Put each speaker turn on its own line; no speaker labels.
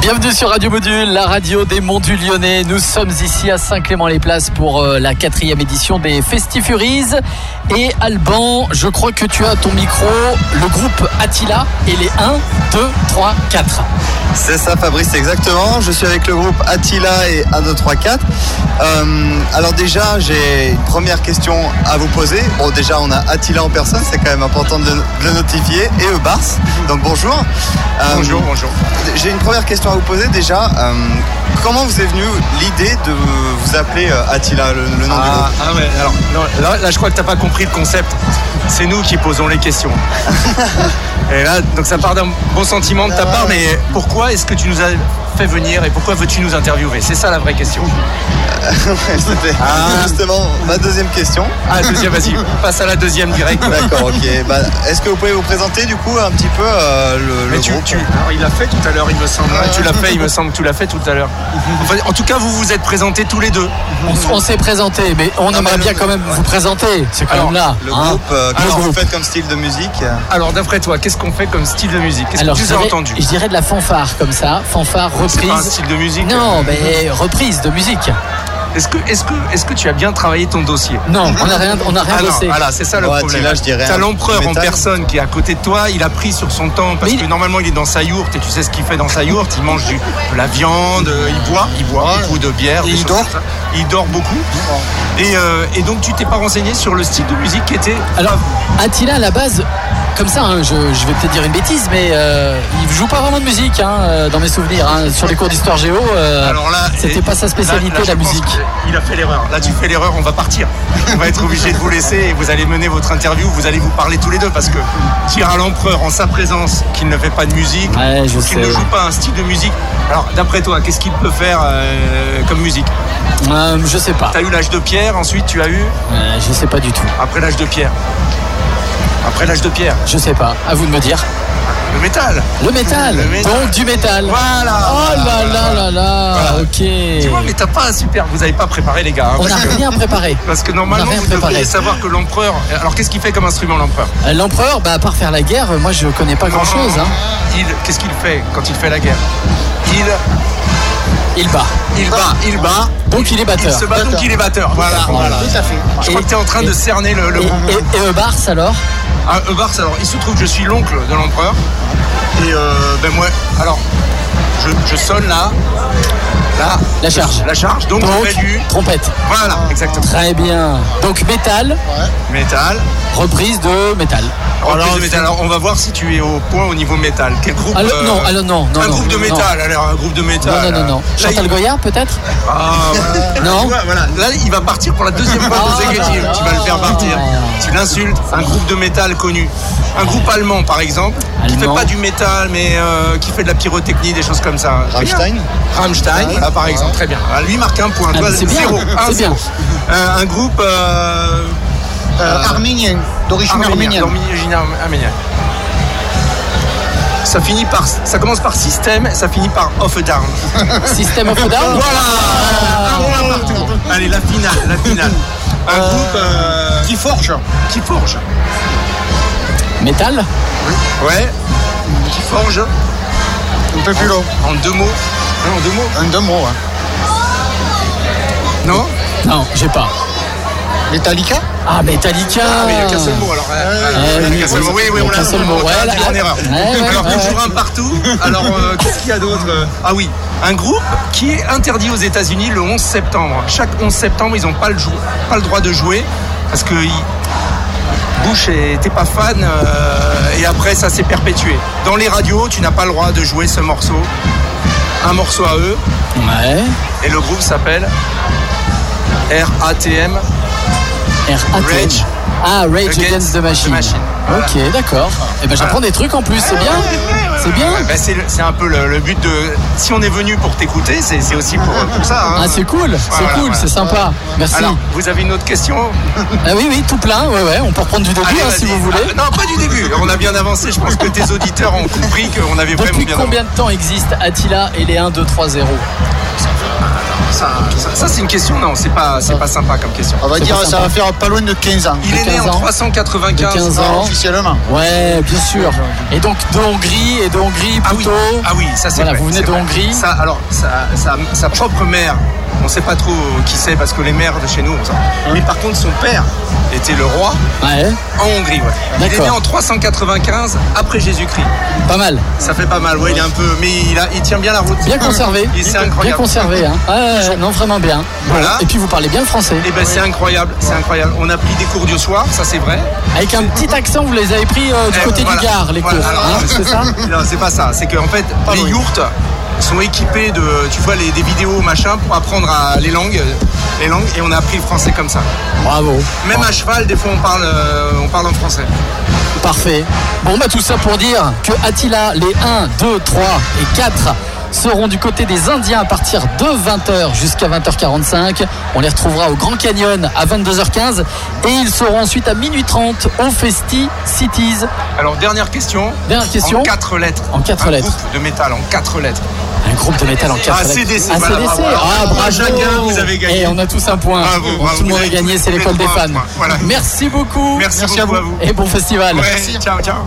Bienvenue sur Radio Module, la radio des Monts du Lyonnais. Nous sommes ici à Saint-Clément-les-Places pour euh, la quatrième édition des Festifuries. Et Alban, je crois que tu as à ton micro le groupe Attila et les 1, 2, 3, 4.
C'est ça Fabrice, exactement. Je suis avec le groupe Attila et 1, 2, 3, 4. Euh, alors déjà, j'ai une première question à vous poser. Bon, déjà, on a Attila en personne, c'est quand même important de le, de le notifier, et Eubars. Donc bonjour. Euh,
Bonjour, bonjour.
J'ai une première question à vous poser déjà. Euh, comment vous est venue l'idée de vous appeler euh, Attila, le, le nom du
Ah,
groupe
ah ouais, alors non, là, là, je crois que t'as pas compris le concept. C'est nous qui posons les questions. et là, donc ça part d'un bon sentiment de ta part, mais pourquoi est-ce que tu nous as fait venir et pourquoi veux-tu nous interviewer C'est ça la vraie question.
Ouais, C'était
Ah.
justement ma deuxième question.
Ah, deuxième, vas-y, passe à la deuxième direct.
D'accord, ok. Bah, Est-ce que vous pouvez vous présenter du coup un petit peu euh, le,
Mais
le
tu,
groupe
tu- alors, il l'a fait tout à l'heure, il me semble. Mhm. Ouais, tu l'as fait, il me semble que tu l'as fait tout à l'heure. Enfin, en tout cas, vous vous êtes présentés tous les deux.
On, s- on s'est présenté, mais on
Ah,
Non,
aimerait
mais le-
bien quand même
ouais.
vous présenter. C'est quand
Alors,
même là.
Le
hein.
groupe, euh, qu'est-ce
Alors-
que vous faites comme style de musique
Alors, d'après toi, qu'est-ce qu'on fait comme style de musique Qu'est-ce que
Alors,
tu
je
nous as
dirais,
entendu
je dirais de la fanfare comme ça, fanfare,
C'est pas un
reprise.
style de musique euh,
Non, mais reprise de musique.
Est-ce que, est que, est que tu as bien travaillé ton dossier
Non, on n'a rien, on n'a rien
Ah non,
bossé.
voilà, c'est ça le
Bon,
problème.
Attila, je dirais
T'as
un
l'empereur en
métal.
personne qui est à côté de toi, il a pris sur son temps parce
Mais il-
que normalement il est dans sa yourte et tu sais ce qu'il fait dans sa yourte, il mange du, de la viande, euh, il boit, il boit beaucoup de bière,
Et
des
il
choses
dort.
comme ça. il dort beaucoup. Et, euh, et donc tu t'es pas renseigné sur le style de musique qui était
Alors, Attila, à la base, comme ça, hein, je, je vais peut-être dire une bêtise, mais euh, il joue pas vraiment de musique, hein, euh, dans mes souvenirs. hein. Sur les cours d'histoire géo, euh,
Alors là,
c'était
et-
pas sa spécialité,
là, là, je
la
pense
musique.
que Il a fait l'erreur. Là, tu fais l'erreur, on va partir. On va être obligé de vous laisser et vous allez mener votre interview, vous allez vous parler tous les deux parce que dire à l'empereur en sa présence qu'il ne fait pas de musique,
Ouais, je
qu'il ne
sais.
joue pas un style de musique. Alors, d'après toi, qu'est-ce qu'il peut faire euh, comme musique
Euh, je sais pas.
T'as eu l'âge de pierre, ensuite tu as eu
Euh, je sais pas du tout.
après l'âge de pierre. Après l'âge de pierre,
Je sais pas. À vous de me dire.
le métal.
Le métal.
Le métal.
Donc du métal.
Voilà.
Oh là là là là.
Voilà.
Ok.
Tu vois, mais t'as pas super. Vous avez pas préparé les gars. hein,
On
parce
n'a
que-
rien préparé.
Parce que
On
normalement,
a rien
vous devriez
préparé.
savoir que l'empereur. Alors, qu'est-ce qu'il fait comme instrument, l'empereur
Euh, L'empereur, bah, à part faire la guerre, moi je connais pas grand chose. Hein.
Il, qu'est-ce qu'il fait quand il fait la guerre Il,
Il bat.
il bat, Bah, il bat.
Donc il est
Il
batteur.
se bat, donc il est batteur. Voilà, voilà. Je crois que t'es en train de cerner le, le
Et,
bon.
et, et Eubars, alors
Ah, Eubars, alors, il se trouve que je suis l'oncle de l'empereur. Et euh, ben moi, alors, je, je sonne là. Là.
La charge.
La charge, donc,
Donc,
je fais du.
trompette.
Voilà, exactement.
Très bien. Donc métal,
Métal.
reprise de métal.
Alors, alors, on va voir si tu es au point au niveau métal. Quel groupe
Ah, le-
euh,
non, ah, non, non, non,
Un
non,
groupe de
non.
métal, alors un groupe de
Non, non,
métal.
non, non.
Là,
Chantal
il-
Goya, peut-être
Ah, voilà.
Non.
Tu vois, voilà. Là, il va partir pour la deuxième fois
Ah,
consécutive.
là,
Tu vas le faire
là.
partir. Tu l'insultes. Un groupe de métal connu. Un groupe allemand, par exemple, qui fait
Allemand.
pas du métal, mais euh, qui fait de la pyrotechnie, des choses comme ça.
Rammstein
Ah
Rammstein, voilà, par exemple. Très bien. Ah, Lui marque un point.
Ah,
Toi,
mais c'est bien.
zéro. Un
C'est
zéro.
bien.
Euh, Un groupe. euh,
arménien, d'origine
Arménien,
arménienne.
d'origine arm- arménienne. Ça finit par, ça commence par système, ça finit par off a down.
System of a Down
Voilà, un point partout. Oh. Allez, la finale, la finale. Un groupe euh,
Qui forge
qui forge.
Métal
Ouais. Qui forge
Un peu plus long.
en deux mots. Non, Hein, en deux mots.
Un deux mots. hein.
Non.
Non, j'ai pas.
Metallica
Ah, Metallica
Ah, mais il n'y a qu'un seul mot alors. euh, voilà,
oui,
il n'y a qu'un seul
oui,
mot. Oui,
il y
oui,
a
on l'a
qu'un seul mot.
on l'a
Ouais,
dit en
là,
erreur.
ouais, ouais,
Alors,
ouais,
toujours
ouais.
un partout. Alors, euh, qu'est-ce qu'il y a d'autre Ah oui, un groupe qui est interdit aux États-Unis le 11 septembre. Chaque 11 septembre, ils n'ont pas, le jou- pas le droit de jouer parce que ils- Bush n'était pas fan euh, et après, ça s'est perpétué. Dans les radios, tu n'as pas le droit de jouer ce morceau. Un morceau à eux
Ouais.
et le groupe s'appelle RATM.
R
Rage.
Ah, Rage
Against
Against the
the
Machine.
Machine. Voilà.
Ok, d'accord. Et ben j'apprends des trucs en plus, c'est bien. C'est bien.
Ouais, bah, c'est le- c'est un peu le, le but de. Si on est venu pour t'écouter, c'est c'est aussi pour, pour ça. hein.
Ah, c'est cool, c'est
Voilà,
cool,
voilà.
c'est sympa. Merci.
Alors, vous avez une autre question
Ah oui, oui, tout plein. Ouais, ouais, on peut reprendre du début
Allez,
hein,
vas-y.
si vous voulez.
Ah, non, pas du début. On a bien avancé. Je pense que tes auditeurs ont compris qu'on avait vraiment
Depuis
bien
combien de temps existe Attila et les 1, 2, 3, 0
avancé. Ça, ça- ça, c'est une question. Non, c'est pas, c'est pas sympa comme question.
On va
C'est
dire,
pas
ça
sympa.
va faire pas loin de 15 ans.
Il est né
15
en
ans.
395.
15
Non,
ans.
officiellement.
Ouais, bien sûr. Et donc de Hongrie et venez de Hongrie
Ah oui,
plutôt.
ah oui, ça c'est
Voilà,
vrai,
vous venez
c'est
de
vrai.
Hongrie.
Ça, alors, ça- ça- sa propre mère, on ne sait pas trop qui c'est parce que les mères de chez nous, on s'en-
Hein.
mais par contre son père était le roi
Ouais,
en Hongrie. ouais. Il est
D'accord.
né en 395 après Jésus-Christ.
pas mal.
Ça fait pas mal, ouais, il est un peu, mais il, a, il tient bien la route.
Bien conservé.
Et c'est
Bien
Ah, incroyable.
conservé. Hein. Ouais, ouais, ouais, non, vraiment bien.
Voilà.
Et puis vous parlez bien le français.
Et ben c'est incroyable, c'est incroyable. On a pris des cours du soir, ça c'est vrai.
Avec un petit accent, vous les avez pris euh, du
Eh,
côté
voilà.
du Gard, les
Voilà,
cours.
alors,
hein, c'est ça
Non, c'est pas ça. C'est qu'en fait, les
loin.
yourtes sont équipés de, tu vois, les, des vidéos machin pour apprendre à- les langues, les langues, et on a appris le français comme ça.
Bravo.
Même
Ah.
à cheval, des fois, on parle, euh, on parle en français.
Parfait. Bon, bah, tout ça pour dire que Attila, les 1, 2, 3 et 4 seront du côté des Indiens à partir de 20h jusqu'à 20h45. On les retrouvera au Grand Canyon à 22h15 et ils seront ensuite à minuit 30 au Festi Cities.
Alors, dernière question.
Dernière question.
En quatre lettres.
En quatre
Un
lettres.
groupe de métal en quatre lettres.
Un groupe de métal en 4
Ah, CDC, voilà, bravo.
Ah,
Alors,
bravo.
chacun, vous avez gagné.
Et on a tous un point.
Bravo,
Bon,
bravo.
Tout le monde
Vous
a
avez
gagné,
tous
c'est
les
l'école des
trois
fans.
points. Voilà.
Merci beaucoup.
Merci,
Merci à
beaucoup à vous.
Et bon festival.
Ouais, Ciao, ciao.